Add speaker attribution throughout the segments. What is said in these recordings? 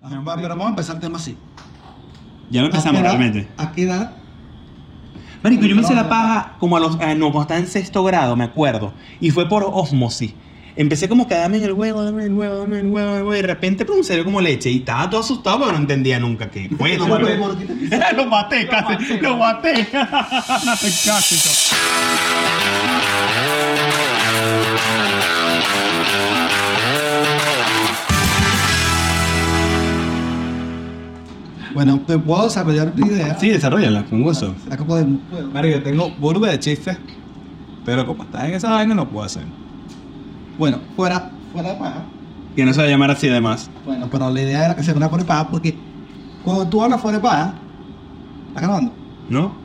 Speaker 1: Bueno, va- pero vamos a empezar el tema así.
Speaker 2: Ya lo empezamos
Speaker 1: ¿A qué edad-
Speaker 2: realmente.
Speaker 1: ¿A qué edad?
Speaker 3: Ah, Marico, yo me hice la paja como a los. ah, no, cuando estaba en sexto grado, me acuerdo. Y fue por osmosis. Empecé como que dame en el huevo, dame en el huevo, dame en el huevo, dame en el huevo. Y de repente, pum, salió como leche. Y estaba todo asustado porque no entendía nunca qué. Bueno,
Speaker 1: Bueno,
Speaker 3: huevo.
Speaker 1: ¿por qué te-
Speaker 2: lo maté casi,
Speaker 1: maté.
Speaker 2: lo maté. casi.
Speaker 1: Bueno, te puedo desarrollar mi idea.
Speaker 2: Sí, desarrollala, con gusto.
Speaker 1: Será que podemos-
Speaker 4: Mario, yo tengo burda de chistes, pero como estás en esa vaina no puedo hacer.
Speaker 1: Bueno, fuera, fuera de paja.
Speaker 2: Que no se va a llamar así además.
Speaker 1: Bueno, pero la idea era que se fuera fuera de paja porque cuando tú hablas fuera de paja, ¿estás grabando?
Speaker 2: ¿No?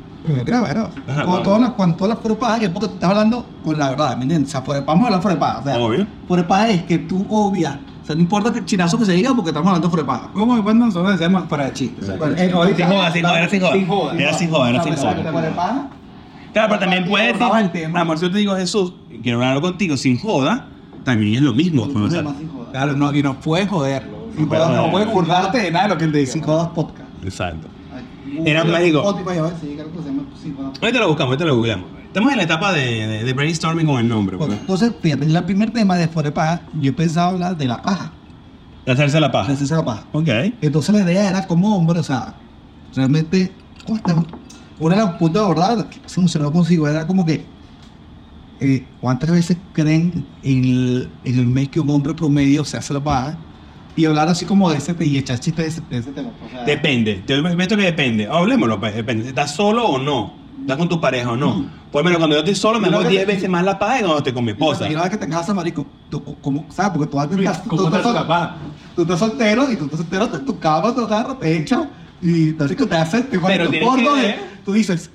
Speaker 1: Graba, graba.
Speaker 2: Ajá,
Speaker 1: Cuando
Speaker 2: vale.
Speaker 1: tú hablas, cuando tú hablas fuera de paja, que es porque tú estás hablando con la verdad, ¿me entiendes? O sea, fuera de- vamos a hablar fuera de paja. O sea,
Speaker 2: Obvio.
Speaker 1: fuera de paja es que tú obvias. O sea, no importa que el chinazo que se diga porque estamos hablando fuera de paja.
Speaker 4: ¿Cómo cuando nosotros hacemos para chistes?
Speaker 2: Exacto.
Speaker 1: Bueno, eh, ahorita-
Speaker 2: Sin joda, sin joda, era sin joda.
Speaker 1: Sin joda,
Speaker 2: Era sin joda, era sin
Speaker 1: Exacto,
Speaker 2: joda.
Speaker 1: fuera de paja.
Speaker 2: Claro, pero también puedes
Speaker 1: Abordaba el
Speaker 2: decir,
Speaker 1: tema.
Speaker 2: amor, si yo te digo Jesús, quiero hablar contigo sin joda, también es lo mismo.
Speaker 1: Sin
Speaker 2: o sea,
Speaker 1: joda, sin joda.
Speaker 4: Claro, no, y no puedes joderlo.
Speaker 1: Sin
Speaker 2: Pero-
Speaker 1: joda,
Speaker 4: No puedes burlarte de nada de lo que te
Speaker 1: Sin
Speaker 4: dicen.
Speaker 1: jodas podcast.
Speaker 2: Exacto.
Speaker 1: Ay,
Speaker 2: Era
Speaker 1: Google,
Speaker 2: mágico.
Speaker 1: Spotify, a ver, sí, creo que se llama Sin Jodas.
Speaker 2: Ahorita lo buscamos, ahorita lo googleamos. Estamos en la etapa de, de- de brainstorming con el nombre.
Speaker 1: Bueno,
Speaker 2: pues.
Speaker 1: entonces, fíjate, el primer tema de fuera de paja, yo pensaba hablar de la paja,
Speaker 2: De hacerse la
Speaker 1: de
Speaker 2: paja.
Speaker 1: hacerse la paja.
Speaker 2: Ok.
Speaker 1: Entonces la idea era como hombre, o sea, realmente, ¿cómo está? una de las puntos de abordar, que se mencionó consigo, era como que, eh, ¿cuántas veces creen en el, en el mes que un hombre promedio se hace la paja? Y hablar así como de ese y echar chistes de ese, de ese tema. o sea,
Speaker 2: Depende, te meto que depende. Hablemoslo, pues, depende. ¿Estás solo o no? ¿Estás con tu pareja o no? Por lo menos cuando yo estoy solo me
Speaker 1: Mm. Yo
Speaker 2: hago
Speaker 1: creo que-
Speaker 2: 10 veces más la paja que cuando estoy con mi esposa.
Speaker 1: Imagina que te casas, marico, tú, ¿cómo, ¿sabes? Porque tú vas a tener casa- tú-
Speaker 4: ¿Cómo
Speaker 1: tú-
Speaker 4: estás papá?
Speaker 1: tú estás soltero y tú estás soltero, te- tu cama, tu agarras, te echa y te hace que te hace te
Speaker 2: Pero
Speaker 1: te
Speaker 2: tienes que
Speaker 1: de-
Speaker 2: ver.
Speaker 1: tú dices,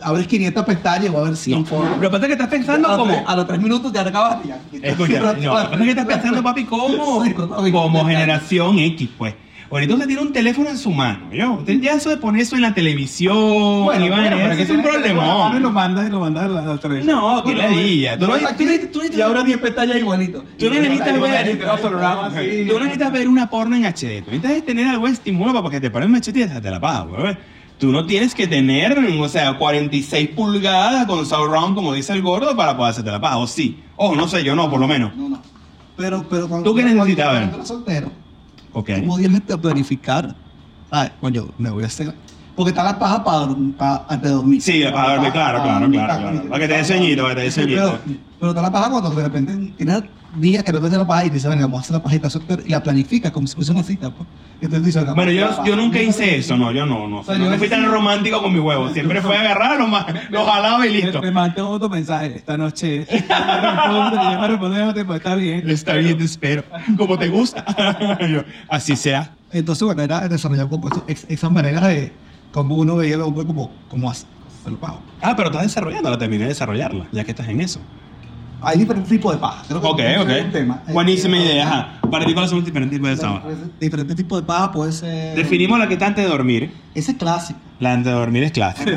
Speaker 1: abres 500 pestañas, voy a ver 100
Speaker 2: Lo
Speaker 1: porno.
Speaker 2: que pasa es que estás pensando
Speaker 1: a, los
Speaker 2: como.
Speaker 1: tres- a los 3 minutos ya te acabas y ya.
Speaker 2: Escucha, no, lo que pasa es que estás pensando, papi, como,
Speaker 1: Sí, con- oye,
Speaker 2: como
Speaker 1: con-
Speaker 2: generación X, pues. Ahorita usted tiene un teléfono en su mano, ¿yo? Usted ya eso de poner eso en la televisión,
Speaker 4: Bueno,
Speaker 2: Iván,
Speaker 4: bueno, pero
Speaker 2: es,
Speaker 4: que
Speaker 2: un
Speaker 4: tienes que tener la mano Y Ah, lo
Speaker 2: problemón.
Speaker 4: mandas y lo mandas a la- a la televisión.
Speaker 2: No, que ladilla. Tú no- tú no- tú no-
Speaker 1: Y ahora 10 pestañas igualito.
Speaker 2: Tú no necesitas ver.
Speaker 4: Pero programa así.
Speaker 2: Tú no necesitas ver una porno en HD. Tú necesitas tener algo de estímulo para que te paren machete y te la paja, güey. Tú no tienes que tener, o sea, 46 pulgadas con surround, como dice el gordo, para poder hacerte la paja. O sí. O no sé, yo no, por lo menos.
Speaker 1: No, no. Pero, pero cuando
Speaker 2: ¿Tú qué
Speaker 1: cuando-
Speaker 2: necesitas,
Speaker 1: cuando
Speaker 2: ver?
Speaker 1: eres soltero,
Speaker 2: Ok.
Speaker 1: ¿cómo tienes que planificar? Ay, coño, me voy a hacer. Porque está la paja para, para antes de dormir.
Speaker 2: Sí, la paja,
Speaker 1: dormir,
Speaker 2: claro, claro, claro, claro. Para que te dé sueñito, para que te dé
Speaker 1: Sí,
Speaker 2: sueñito.
Speaker 1: Pero, pero te la paja cuando de repente tienes días que no te haces la paja y te dicen, venga, vamos a hacer la pajita soltera y la planificas como si fuese una cita. Pues. Y entonces dices, venga,
Speaker 2: Bueno,
Speaker 1: vamos a
Speaker 2: yo,
Speaker 1: hacer la
Speaker 2: yo
Speaker 1: paja.
Speaker 2: nunca hice eso, no, yo no, no.
Speaker 1: sea,
Speaker 2: No
Speaker 1: yo
Speaker 2: fui tan
Speaker 1: sí.
Speaker 2: romántico con mi huevo. Siempre fue agarrar, lo, ma- lo jalaba y listo.
Speaker 4: Me mandé otro mensaje esta noche. Yo me respondí, pues está bien.
Speaker 2: Está bien, te espero. Como te gusta. Yo, Así sea.
Speaker 1: Entonces, bueno, era desarrollar como eso- es- esas maneras de como uno veía el hombre como, como hace hace la paja.
Speaker 2: Ah, pero estás desarrollándola, terminé de desarrollarla, ya que estás en eso.
Speaker 1: Hay diferentes tipos de paja. Creo que
Speaker 2: Ok,
Speaker 1: es un tema.
Speaker 2: ok. Buenísima
Speaker 1: Eh,
Speaker 2: idea. Ajá. Para ti, ¿cuáles son los diferentes tipos de sábado?
Speaker 1: Diferentes tipos de paja puede ser.
Speaker 2: Definimos la que está antes de dormir.
Speaker 1: Ese es clásico.
Speaker 2: La antes de dormir es clásica.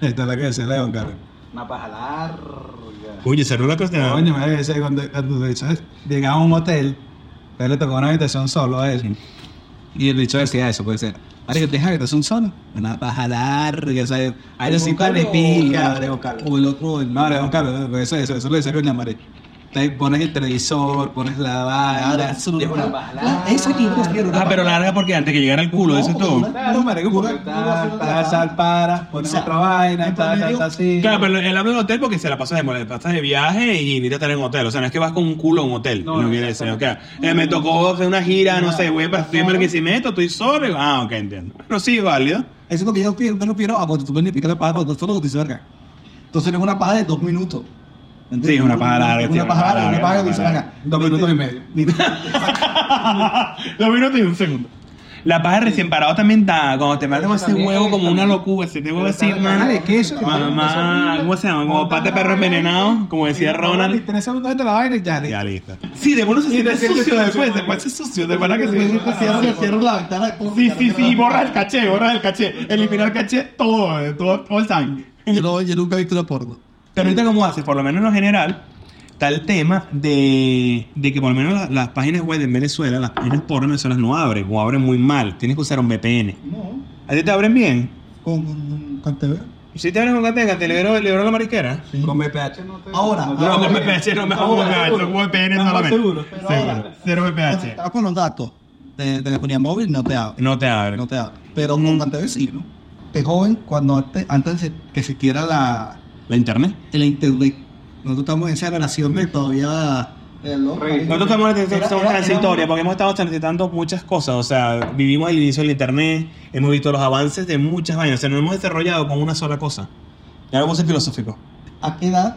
Speaker 4: Esta es la que decía León, Carlos.
Speaker 5: Una paja larga.
Speaker 2: Oye, cerró la cuestión.
Speaker 4: Coño, me dice cuando, cuando el bicho llegaba a un hotel, pero le tocó una habitación solo a él. Y el bicho decía eso, puede ser. Ahora que deja habitación solo, una paja larga, o sea, ahí lo cinco de pica. O el otro, el no, León Carlos, eso, eso, eso lo decía con la madre. Te Pones el televisor, pones la banda.
Speaker 1: absoluto.
Speaker 5: una paja larga.
Speaker 1: Esa que yo prefiero.
Speaker 2: Ah, pero larga porque antes que llegara al culo, dices tú.
Speaker 4: No, marico, porque tal, tal, tal, para, pones otra vaina, tal, tal, tal, así.
Speaker 2: Claro, pero él habla de hotel porque se la pasa de mola, pasa de viaje y necesita estar en hotel. O sea, no es que vas con un culo a un hotel. No,
Speaker 5: No, no,
Speaker 2: quiere decir. ok. Eh, me tocó hacer una gira, no sé, güey, para estoy en Barquisimeto, estoy solo. Y- Ah, ok, entiendo. Pero sí, válido.
Speaker 1: Eso es lo que yo quiero, yo no quiero a cuando tú planificas la paja, cuando solo que te dice verga. Entonces no es una paja de dos minutos. ¿Entiendes?
Speaker 2: Sí, es una paja larga,
Speaker 1: Es
Speaker 2: sí,
Speaker 1: Una paja larga, una paja que dice
Speaker 2: larga.
Speaker 1: verga.
Speaker 4: Dos minutos y medio.
Speaker 2: Dos minutos y un segundo. La paja recién parado también da. Cuando te mandan ese
Speaker 5: También,
Speaker 2: huevo como una
Speaker 5: también.
Speaker 2: locura, ese te huevo así,
Speaker 4: Nada
Speaker 2: man.
Speaker 4: de queso.
Speaker 2: Mamá, ¿cómo se llama? Como pata de perro envenenado, como decía
Speaker 4: Y
Speaker 2: Ronald.
Speaker 4: tres segundos de la vaina y ya.
Speaker 2: Ya listo. Sí, de uno se siente sucio después, después es sucio, de verdad que sí.
Speaker 1: Cierro cierro la ventana.
Speaker 2: Sí, sí, sí, borra el caché, borra el caché. Eliminar caché, todo, eh, todo, todo el sangre.
Speaker 1: Yo, no- yo nunca he visto una porno.
Speaker 2: Pero ahorita, ¿cómo haces? Por lo menos en lo general, está el tema de, de que por lo menos la- las páginas web en Venezuela, las páginas porno en Venezuela no abren o abren muy mal. Tienes que usar un VPN.
Speaker 1: No,
Speaker 2: ¿A ti te abren bien?
Speaker 1: con, con, con TV.
Speaker 2: Si te abres con Cateca, te liberó, liberó la mariquera.
Speaker 4: Con BPH.
Speaker 5: No te-
Speaker 1: Ahora, ah,
Speaker 5: no te-
Speaker 1: ahora.
Speaker 2: No, con
Speaker 5: no te-
Speaker 2: VPH, no me
Speaker 5: no,
Speaker 2: VPH,
Speaker 5: seguro.
Speaker 2: con VPN
Speaker 4: Estás más
Speaker 2: solamente.
Speaker 4: seguro.
Speaker 5: Pero
Speaker 2: Seguro,
Speaker 5: ahora,
Speaker 2: Cero VPH.
Speaker 1: Estaba con los datos de telefonía móvil, no te hablo.
Speaker 2: No te abren.
Speaker 1: No te hablo. Pero con Canteve sí, ¿no? Es joven cuando antes, antes de que se quiera la,
Speaker 2: ¿La internet?
Speaker 1: el internet. Nosotros estamos en esa relación de todavía. eh,
Speaker 2: Nosotros estamos,
Speaker 5: Era-
Speaker 2: estamos
Speaker 5: era- era
Speaker 2: transitorios
Speaker 5: un-
Speaker 2: porque hemos estado transitando muchas cosas. O sea, vivimos el inicio del internet, hemos visto los avances de muchas vainas. O sea, no hemos desarrollado con una sola cosa. Y ahora vos filosófico.
Speaker 1: ¿A qué edad?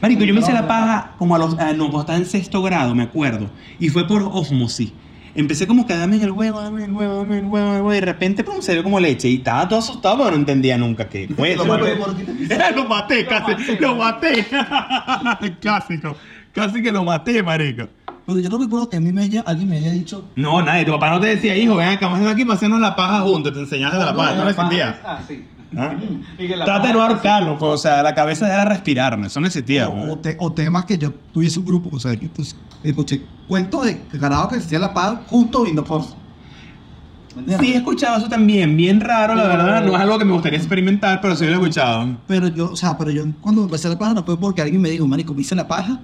Speaker 2: Marico, yo me hice la paja como a los. ah, no, cuando estaba en sexto grado, me acuerdo. Y fue por osmosis. Empecé como que dame en el huevo, dame en el huevo, dame en el huevo, dame en el huevo. Y de repente, pum, se dio como leche. Y estaba todo asustado porque no entendía nunca qué. fue eso. lo maté, casi. Lo maté. Clásico. Casi que lo maté, marico.
Speaker 1: Porque yo no recuerdo que a mí me haya, alguien me haya dicho.
Speaker 2: No, nadie. Tu papá no te decía, hijo, ven acá, vamos aquí para hacernos la paja juntos. Te enseñaste la paja, no la sentías.
Speaker 5: Ah, sí.
Speaker 2: ¿Ah?
Speaker 5: Y que la
Speaker 2: Trata de no
Speaker 5: paja-
Speaker 2: ahorcarlo, pues, o sea, la cabeza era respirarme, eso no existía. pues.
Speaker 1: O,
Speaker 2: güey.
Speaker 1: te- o temas que yo tuviese un grupo, o sea, que entonces escuché cuentos de carajo que se hacía la paz junto y no por.
Speaker 2: Sí, he escuchado eso también, bien raro, la verdad. No es algo que me gustaría experimentar, pero sí lo he escuchado.
Speaker 1: Pero yo, o sea, pero yo cuando empecé la paja no fue porque alguien me dijo, marico, me hice la paja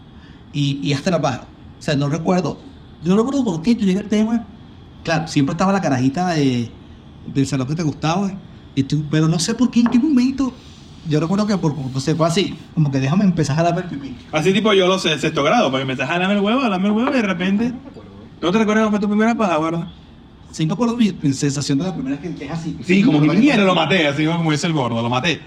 Speaker 1: y, y hasta la paja. O sea, no recuerdo. Yo no recuerdo por qué yo llegué al tema. Claro, siempre estaba la carajita de, del salón que te gustaba. y tú- pero no sé por qué, en qué momento. Yo recuerdo que por, no sé, fue así. Como que déjame empezar a la ver pipí.
Speaker 2: Así tipo yo lo sé, de sexto grado, porque me estás jalando el huevo, jalame el huevo y de repente... ¿No te recuerdas cuando fue tu primera paja, verdad?
Speaker 1: Sí, me acuerdo mi mi sensación de la primera vez que es así.
Speaker 2: Sí, como que mierda, lo maté, así como dice el gordo, lo maté.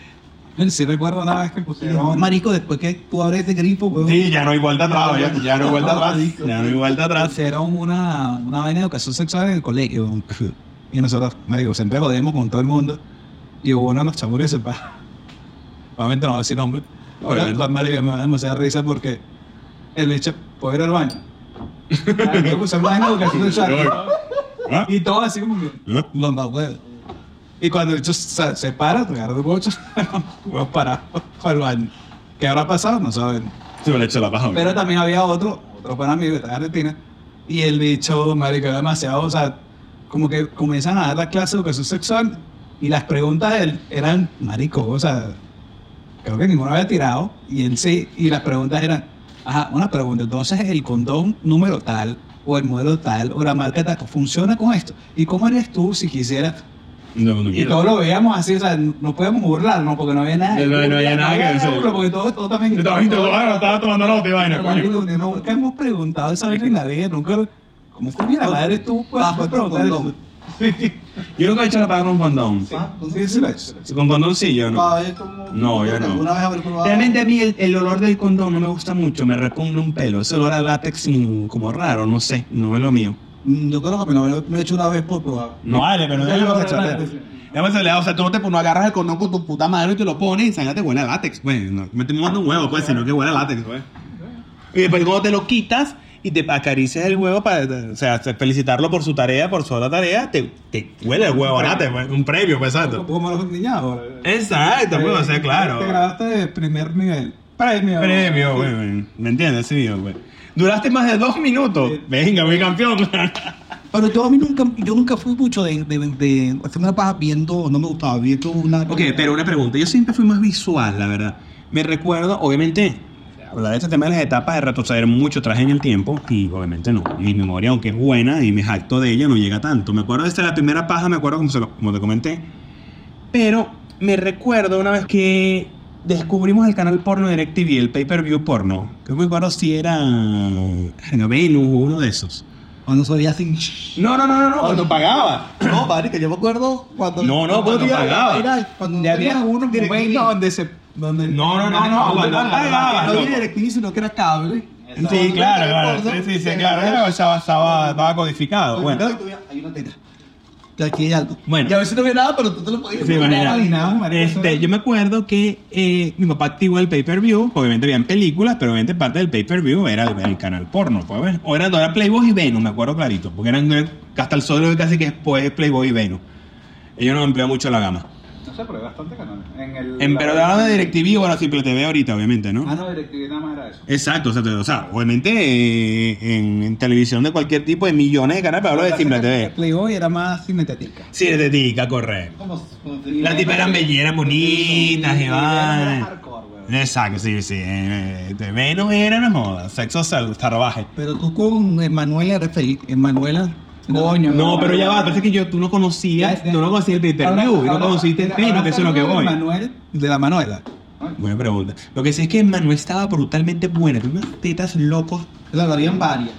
Speaker 4: Sí recuerdo una vez que pusieron...
Speaker 1: Marico, después que tú abres ese grifo, weón.
Speaker 2: Sí, ya no hay vuelta atrás, ya, ya no hay vuelta atrás, ya no hay vuelta atrás.
Speaker 4: Hicieron una, una vaina de educación sexual en el colegio. Y nosotros, me digo, siempre jodemos con todo el mundo. Y hubo uno de los chamuros que se pa- Obviamente no voy a decir nombre. Obviamente, marico, me da demasiada risa porque el bicho puede ir al baño. Y yo puse vaina de educación sexual.
Speaker 2: ¿Ah?
Speaker 4: Y todo así como que,
Speaker 2: ¿Ah?
Speaker 4: los más huevos. Y cuando el bicho se, se para, te agarra el bocho, huevos parados para el baño. ¿Qué habrá pasado? No sabemos.
Speaker 2: Se me le echó la paja. güey.
Speaker 4: Pero también había otro, otro para mí que estaba en Argentina. Y el bicho, marico, era demasiado, o sea, como que comienzan a dar las clases de educación sexual. Y las preguntas de él eran, marico, o sea, creo que ninguno había tirado. Y él sí, y las preguntas eran, ajá, una pregunta, entonces el condón número tal, o el modelo tal, o la marca tal, ¿funciona con esto? ¿Y cómo harías tú si quisieras?
Speaker 2: No, no
Speaker 4: Y
Speaker 2: quiero.
Speaker 4: todos lo veíamos así, o sea, no podíamos burlarnos porque no había nada.
Speaker 2: No, no, no había nada que
Speaker 4: burla,
Speaker 2: decir.
Speaker 4: Porque todos todos también...
Speaker 2: Estaba tomando, estaba tomando nota y vaina, coño.
Speaker 4: Marico, Nunca hemos preguntado esa vez en la vida, nunca. ¿Cómo fue la madre pues, tú?
Speaker 1: Ah, fue
Speaker 4: Bajo preguntar
Speaker 1: condón.
Speaker 4: eso.
Speaker 2: Yo nunca he hecho la paja con condón.
Speaker 1: Ah, entonces,
Speaker 4: Sí, sí, lo he hecho.
Speaker 2: Con condón sí, yo no.
Speaker 1: pa' ver cómo-
Speaker 2: No, yo no.
Speaker 1: Una vez haber probado.
Speaker 2: Realmente a mí el, el olor del condón no me gusta mucho, me repugne un pelo. Ese olor a látex mm, como raro, no sé, no es lo mío.
Speaker 1: Mm, Yo creo que me lo me lo he hecho una vez por probar.
Speaker 2: No vale, pero
Speaker 4: no es lo que se hace.
Speaker 2: Ya me sale, o sea, tú no te no agarras el condón con tu puta madre y te lo pones y sangre te huele a látex, güey. No, me estoy mandando un huevo, pues, sino que huele a látex, güey. Y después cuando te lo quitas y te acaricias el huevo para, o sea, felicitarlo por su tarea, por su otra tarea, te, te huele el huevo a látex, güey. Un premio, pues, exacto.
Speaker 4: Como los niños ahora.
Speaker 2: Exacto, güey, o sea, claro.
Speaker 4: Te grabaste de primer nivel. Premio.
Speaker 2: Premio, güey, güey. pues, ¿Me entiendes? Sí, güey. Duraste más de dos minutos. Venga, mi campeón.
Speaker 1: Pero yo a mí nunca, yo nunca fui mucho de, de, de hacerme la paja viendo, no me gustaba, viendo una.
Speaker 2: ok, pero una pregunta. Yo siempre fui más visual, la verdad. Me recuerdo, obviamente, hablar de este tema de las etapas es retroceder mucho atrás en el tiempo. Y obviamente no. Mi memoria, aunque es buena y me jacto de ella, no llega tanto. Me acuerdo desde la primera paja, me acuerdo como, se lo- como te comenté. Pero me recuerdo una vez que descubrimos el canal porno de DirecTV, el pay-per-view porno. Que me acuerdo si era... No, Venus o uno de esos.
Speaker 1: Cuando sabía sin.
Speaker 2: No, no, no, no, no. Cuando pagaba.
Speaker 1: No, padre, que yo me acuerdo cuando.
Speaker 2: No, no, cuando
Speaker 1: había-
Speaker 2: pagaba.
Speaker 1: Era, cuando
Speaker 4: Ya había uno
Speaker 1: que
Speaker 4: que bueno donde se. Donde
Speaker 2: No, no, no, no. Cuando pagaba.
Speaker 1: No había
Speaker 2: loco.
Speaker 1: DirecTV, sino que era cable.
Speaker 2: Ah, Sí, claro, claro. Sí, sí, sí, claro. Era, estaba, estaba, estaba codificado. Ah, Bueno.
Speaker 1: Hay una teta. De aquí hay algo.
Speaker 2: Bueno.
Speaker 1: Y a veces no había nada, pero tú te lo podías.
Speaker 2: Sí, bueno, era-
Speaker 4: ni nada, marico, eso
Speaker 2: este,
Speaker 4: era-
Speaker 2: yo me acuerdo que eh, mi papá activó el pay-per-view, obviamente veían películas, pero obviamente parte del pay-per-view era el, el canal porno, pues, bueno. o era, era Playboy y Venus, me acuerdo clarito, porque eran eh, hasta el sol casi que después Playboy y Venus. Ellos no ampliaban mucho la gama.
Speaker 5: No sé, pero hay bastante canales. En el.
Speaker 6: En, pero hablando de DirecTV, bueno, sí, pero te ve ahorita, obviamente, ¿no?
Speaker 5: Ah, no, DirecTV nada más era eso.
Speaker 6: Exacto, o sea, te- o sea, obviamente eh, en, en televisión de cualquier tipo de millones de canales, pero hablo de Simple TV.
Speaker 4: Playboy era más cinemática.
Speaker 2: Sí, te dedica, correcto.
Speaker 5: Como. como-
Speaker 2: Las tipas eran belleras, bonitas,
Speaker 5: Sí,
Speaker 2: y van.
Speaker 5: era hardcore, weón.
Speaker 6: Exacto, sí, sí. eh, eh, de menos eran las modas, sexo sal- salvaje.
Speaker 1: Pero tú con Emanuela eres feliz. Emanuela, coño.
Speaker 2: No, pero ya va, parece que yo, tú no conocías, tú no conocías el PPW, no
Speaker 5: Ahora-
Speaker 2: conociste el
Speaker 5: ahora-
Speaker 2: pino, que eso es lo que voy.
Speaker 4: Manuel, de la Manuela.
Speaker 2: Buena pregunta. Lo que sé es que Manuel estaba brutalmente buena, tenía unas tetas locos.
Speaker 1: Claro, habían varias.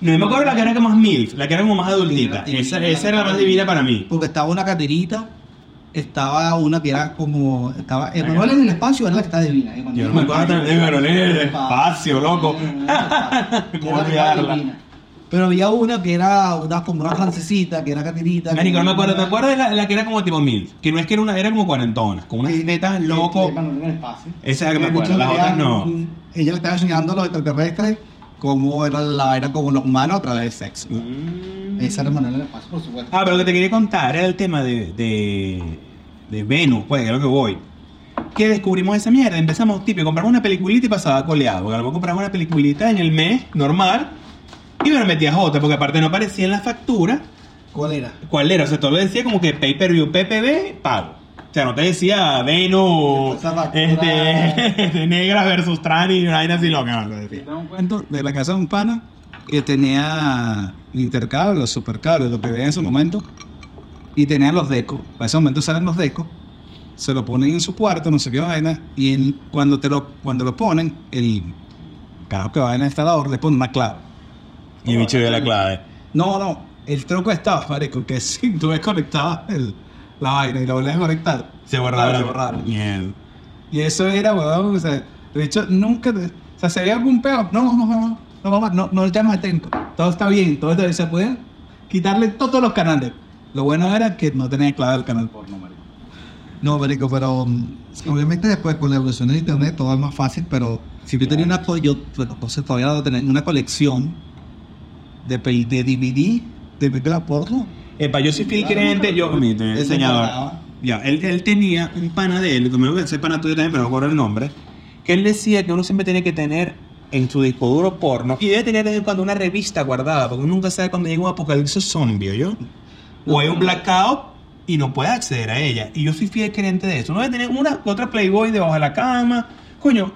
Speaker 2: No me acuerdo la que era como más MILF, la que era como más adultita.
Speaker 1: Divina,
Speaker 2: Esa,
Speaker 1: divina.
Speaker 2: esa era la más divina para mí.
Speaker 1: Porque estaba una caterita, estaba una que era como. Estaba Emanuela en el espacio, era la que está divina. eh,
Speaker 2: Yo
Speaker 1: Emanuela
Speaker 2: no me acuerdo tan eh, de Manuel, despacio, loco.
Speaker 1: Era la que estaba
Speaker 2: olvidarla?
Speaker 1: divina. Pero había una que era una, como una francesita, que era caterita.
Speaker 2: Marico, no me acuerdo, ¿te
Speaker 1: ¿te
Speaker 2: acuerdas de la, la que era como tipo MILF? Que no es que era una, era como cuarentona, con unas tetas loco.
Speaker 5: Manuel en el espacio.
Speaker 2: Esa es la que me
Speaker 1: Bueno,
Speaker 2: acuerdo, las otras no.
Speaker 1: mm, Ella le estaba enseñando a los extraterrestres cómo era la vaina como los humanos a través del sexo. Esa era Manuela en el espacio, por supuesto.
Speaker 2: Mm. Ah, pero lo que te quería contar era el tema de, de, de Venus, pues, que es lo que voy. Que descubrimos esa mierda. Empezamos, tipo, compramos una peliculita y pasaba coleado. Porque a lo mejor compramos una peliculita en el mes, normal, y me la metías otra, porque aparte no aparecía en la factura
Speaker 1: ¿Cuál era?
Speaker 2: cuál era. O sea, todo lo decía como que pay per view, PPV, pago. O sea, no te decía Venus,
Speaker 1: Esa factura-
Speaker 2: este, negra versus trans y una vaina así loca, no lo
Speaker 5: Sí,
Speaker 2: decía.
Speaker 5: tengo un cuento.
Speaker 4: Cuento de la casa de un pana que tenía intercable, los supercables, lo que veía en su momento, y tenía los decos. Para ese momento salen los decos, se lo ponen en su cuarto, no sé qué vaina, y él, cuando, te lo, cuando lo ponen, el carajo que va en el instalador le pone una clave.
Speaker 2: Y el bicho dio la clave.
Speaker 4: No, no, el truco estaba, marico, que si tú desconectabas el, la vaina y lo volvías a conectar,
Speaker 2: Se guardaba.
Speaker 4: Se borraba.
Speaker 2: Mierda.
Speaker 4: Y eso era, weón, o sea, de hecho, nunca, te- o sea, se veía algún peo, no, no, no, no, no, mamá, no, no llames atento, todo está bien, todo está bien, se pueden quitarle todos los canales. Lo bueno era que no tenía clave el canal porno, marico.
Speaker 1: No, marico, pero um, obviamente después con la evolución del internet todo es más fácil, pero si yo tenía una, co- yo, bueno, entonces todavía no tenía una colección de, pel- de DVD de películas porno.
Speaker 2: Epa, yo soy fiel creyente, yo mi te- enseñador. Ya, él, él tenía un pana de él, como ese pana tuyo también, pero no recuerdo el nombre, que él decía que uno siempre tiene que tener en su disco duro porno y debe tener de vez en cuando una revista guardada, porque uno nunca sabe cuando llega un apocalipsis zombie, yo O hay un blackout y no puede acceder a ella. Y yo soy fiel creyente de eso. Uno debe tener una otra Playboy debajo de la cama. Coño,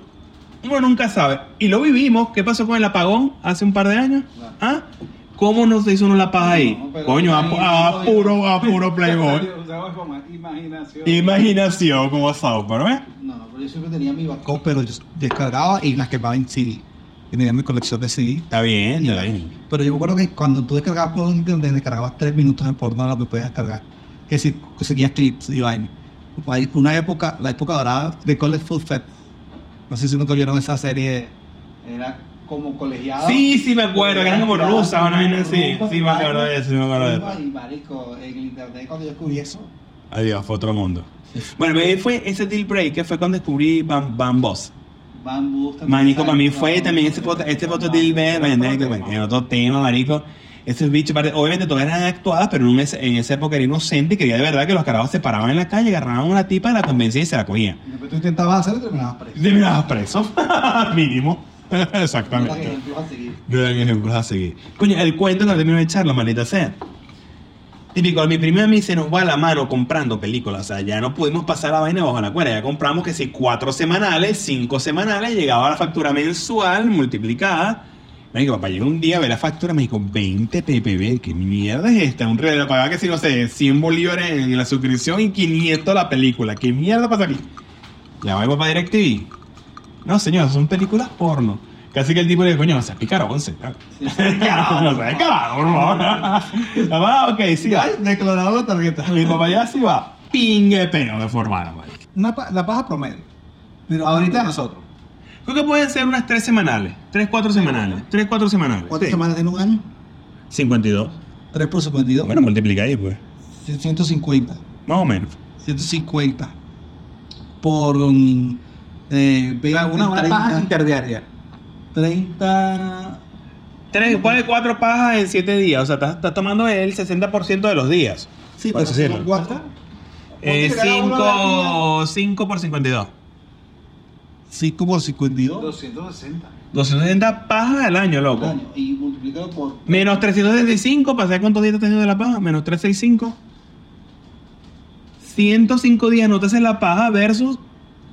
Speaker 2: uno nunca sabe. Y lo vivimos. ¿Qué pasó con el apagón hace un par de años? ¿Ah? ¿Cómo nos hizo uno la paja ahí?
Speaker 5: No, pero-
Speaker 2: Coño, a, pu- a puro, a puro Playboy.
Speaker 5: Usaba como imaginación.
Speaker 6: Imaginación como South Park,
Speaker 2: ¿eh?
Speaker 6: ¿ves?
Speaker 1: No, no, pero yo siempre tenía mi backup, pero yo descargaba y las quemaba en CD. Y tenía mi colección de CD.
Speaker 2: Está bien, está bien.
Speaker 1: Pero yo me acuerdo que cuando tú descargabas por internet, descargabas tres minutos de porno lo que podías descargar. Que si que seguías clips y vaina. Hay una época, la época dorada de College Food Fest. No sé si nunca vieron esa serie.
Speaker 5: Era como colegiado.
Speaker 2: Sí, sí, me acuerdo, que eran como rusas, una vaina así. Ah. Sí, me acuerdo de eso, sí, me acuerdo de eso.
Speaker 5: Y marico, en el internet cuando yo descubrí eso.
Speaker 2: Adiós, fue otro mundo. Bueno, eh, fue ese deal break que fue cuando descubrí Bam, Bam Boss.
Speaker 5: Bambú también.
Speaker 2: Marico, para mí fue también ese foto, este foto deal break, vaina, que, bueno, en otro tema, marico. Esos bichos, aparte, obviamente todas eran actuadas, pero en, un- en esa época era inocente y creía de verdad que los carajos se paraban en la calle, agarraban a una tipa, la convencían y se la cogían.
Speaker 1: Después tú intentabas hacerlo y terminabas preso.
Speaker 2: De miras preso, mínimo.
Speaker 5: Para que
Speaker 2: Exactamente.
Speaker 5: no te vas a seguir.
Speaker 2: No eran ejemplos a seguir. Coño, el cuento que termino de echarlo, maldita sea. Típico, a mi prima mí se nos va la mano comprando películas. O sea, ya no pudimos pasar la vaina bajo la cuerda. Ya compramos que si cuatro semanales, cinco semanales, llegaba la factura mensual multiplicada. Me dijo, papá, llega un día, ve la factura, me dijo, 20 PPB, ¿qué mierda es esta? Un regalo, pagaba que si no sé, 100 bolívares en la suscripción y 500 la película. ¿Qué mierda pasa aquí? Ya voy para DirecTV. No, señor, son películas porno. Casi que el tipo le dijo, coño, se picar once. Carajo, no sé, carajo, por favor. Papá, ok, sí, va.
Speaker 1: Declarado la tarjeta.
Speaker 2: Mi papá ya sí va. Pingue peo de formada, vale.
Speaker 4: Una pa- la paja promedio. Pero ahorita nosotros.
Speaker 2: Creo que pueden ser unas tres semanales. Tres, cuatro semanales. Tres, cuatro semanales.
Speaker 1: ¿Cuántas semanas en un año?
Speaker 2: 52.
Speaker 1: 3 por 52.
Speaker 2: Bueno, multiplica ahí, pues.
Speaker 1: 150.
Speaker 2: Más o menos.
Speaker 1: 150. Por un. Eh,
Speaker 4: Una, una paja
Speaker 1: 30,
Speaker 4: interdiaria.
Speaker 1: 30.
Speaker 2: Tres, ¿cuál es cuatro pajas en siete días? O sea, estás estás tomando el 60% de los días.
Speaker 1: Sí, pues,
Speaker 2: Por
Speaker 1: pero
Speaker 2: así decirlo.
Speaker 1: son cuatro.
Speaker 5: Ponte que cada uno de aquí
Speaker 2: 5 por 52.
Speaker 1: 5 por 52.
Speaker 5: 260
Speaker 2: 260 pajas al año,
Speaker 5: al
Speaker 2: loco.
Speaker 5: año y multiplicado por
Speaker 2: Menos 365, para saber cuántos días te has ido de la paja. Menos 365. 105 días no te haces la paja versus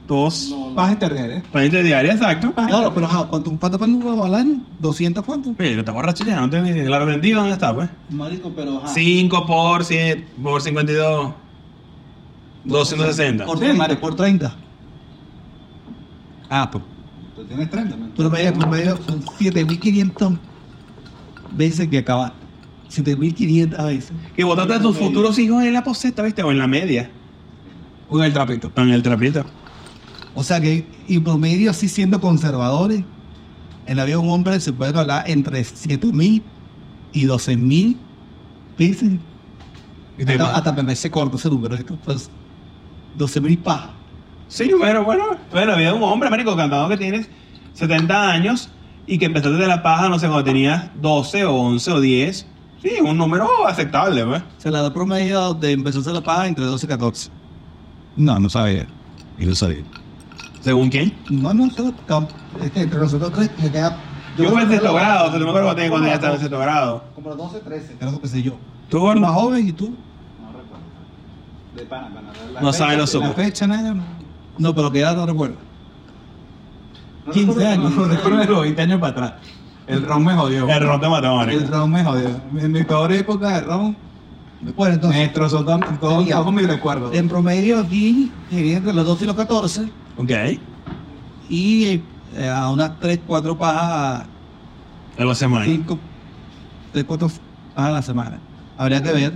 Speaker 2: dos
Speaker 5: no, Ah. no,
Speaker 4: Paja internet, ¿eh?
Speaker 2: pajitas diarias, exacto.
Speaker 1: Claro, pero ajá, ¿cuánto un pato para al año? ¿200 cuánto?
Speaker 2: Oye, yo estaba borracho ya, no tengo ni claro vendido dónde está, pues.
Speaker 5: marico, pero ajá.
Speaker 2: 5 por 100, por 52. 260.
Speaker 1: Por 30. Por 30.
Speaker 4: Ah, pues.
Speaker 5: Tú tienes 30, men.
Speaker 1: Promedio, promedio, son 7.500 veces que acaba. 7.500 veces.
Speaker 2: Que botaste a tus futuros hijos en la poseta, ¿viste? O en la media.
Speaker 4: Con el trapito.
Speaker 2: En el trapito.
Speaker 1: O sea que, y promedio, así siendo conservadores, en la vida de un hombre se puede hablar entre 7.000 y 12.000 veces. Hasta,
Speaker 2: Ah,
Speaker 1: hasta me parece corto ese número. esto, Pues, 12.000 pajas.
Speaker 2: Sí, pero bueno, bueno, había un hombre, marico, cantado que tienes 70 años y que empezaste de la paja, no sé, cuando tenías 12 o 11 o 10. Sí, un número aceptable, pues.
Speaker 1: Se la da promedio de empezó a hacer la paja entre 12 y 14.
Speaker 4: No, no sabía. Y lo sabía.
Speaker 2: ¿Según quién?
Speaker 1: No, no, todo, todo, este, entre nosotros tres me queda.
Speaker 2: Yo fui en sexto
Speaker 5: lo-
Speaker 2: grado, o sea, no me acuerdo cuando tenía- cuando ya estaba en sexto grado.
Speaker 5: Como los 12, 13.
Speaker 1: Creo que pensé yo.
Speaker 2: ¿Tú,
Speaker 1: Por
Speaker 2: Gordo?
Speaker 1: más joven y tú.
Speaker 5: No recuerdo. De pana, pana. la- la
Speaker 2: No
Speaker 5: fecha-
Speaker 2: sabe, no
Speaker 5: la
Speaker 2: supo.
Speaker 1: La fecha, nada. No, no pero que edad no recuerdo.
Speaker 5: No
Speaker 1: 15
Speaker 5: recuerdo,
Speaker 1: años,
Speaker 5: no,
Speaker 4: No recuerdo de los 20 años para atrás. El ron me jodió.
Speaker 2: El ron te mató,
Speaker 4: El
Speaker 2: marico.
Speaker 4: ron me jodió. En mi peor época de ron,
Speaker 1: Bueno,
Speaker 4: me
Speaker 1: entonces,
Speaker 4: destrozó todo, todo, todo mi recuerdo.
Speaker 1: en promedio aquí, sería entre los 12 y los 14,
Speaker 2: Ok.
Speaker 1: y eh, a unas 3, 4 pajas,
Speaker 2: Algo se mueve.
Speaker 1: 5, 3, 4 pajas a la semana. Habría que ver.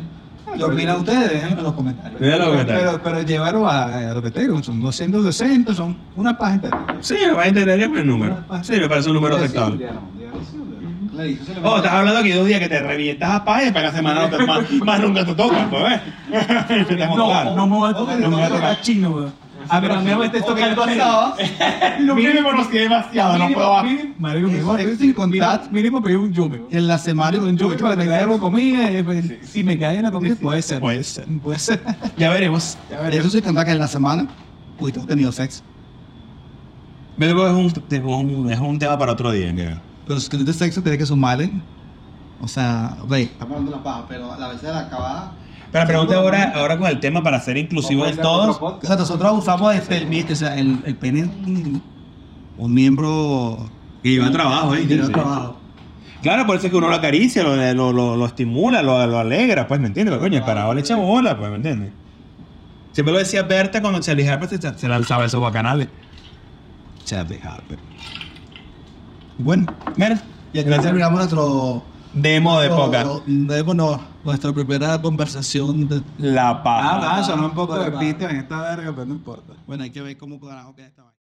Speaker 1: ¿Qué opinan ustedes? Déjenme en los comentarios.
Speaker 2: Mira lo que está.
Speaker 4: Pero, pero llevaron a, a repetir, son 260, son una paja internet.
Speaker 2: Sí, me va a entender con el número. Sí, me parece un número
Speaker 5: Un
Speaker 2: aceptable.
Speaker 5: día no, un día no, sí, un día no. La edición se le
Speaker 2: Oh,
Speaker 5: va
Speaker 2: estás
Speaker 5: a-
Speaker 2: hablando aquí de dos días que te revientas a paja y para cada semana no te, más, más nunca te tocas, pues, ¿ves? Te vamos a tocar.
Speaker 4: no me voy a tocar, no me voy a tocar chino, weón. A ver, a mí me estoy tocando a
Speaker 2: Lo que me conocí demasiado, no puedo bajar.
Speaker 4: Marico, me voy a
Speaker 1: Eso sin contar.
Speaker 4: Mínimo pedí un yume. weón.
Speaker 1: En la semana,
Speaker 4: Marico, un yume para que me caiga con comida. eh, pues, Si me cae en la comida, puede ser.
Speaker 2: Puede ser.
Speaker 4: Puede ser.
Speaker 2: Ya veremos.
Speaker 1: eso sin contar que en la semana, pudiste haber tenido sexo.
Speaker 2: Veremos es un, es, un, es un tema para otro día, creo.
Speaker 1: Pero si tuviste sexo, tiene que sumarle. O sea, rey.
Speaker 5: Estamos hablando de las pajas, pero a la vez de la acabada.
Speaker 2: Pero la pregunta ahora, ahora con el tema para ser inclusivo en todos.
Speaker 1: O sea, nosotros usamos este, el, mi- o sea, el, el pene es un, un miembro
Speaker 2: Y lleva trabajo, ¿eh?
Speaker 1: que lleva trabajo.
Speaker 2: Claro, por eso es que uno lo acaricia, lo, lo, lo, lo estimula, lo, lo alegra, pues, ¿me entiendes? Coño, para ahora le echa bola, pues, ¿me entiendes? Siempre lo decía Berta cuando Charlie Harper se, se lanzaba esos bacanales. Charlie Harper.
Speaker 1: Bueno,
Speaker 2: Mira,
Speaker 1: y aquí terminamos nuestro.
Speaker 2: demo de poca.
Speaker 1: nuestro- nuestro- no, nuestra primera conversación. de-
Speaker 2: La paja.
Speaker 4: Ah, va, sonó un poco de pito en esta verga, pero no importa.
Speaker 1: bueno, hay que ver cómo carajo queda esta vaina.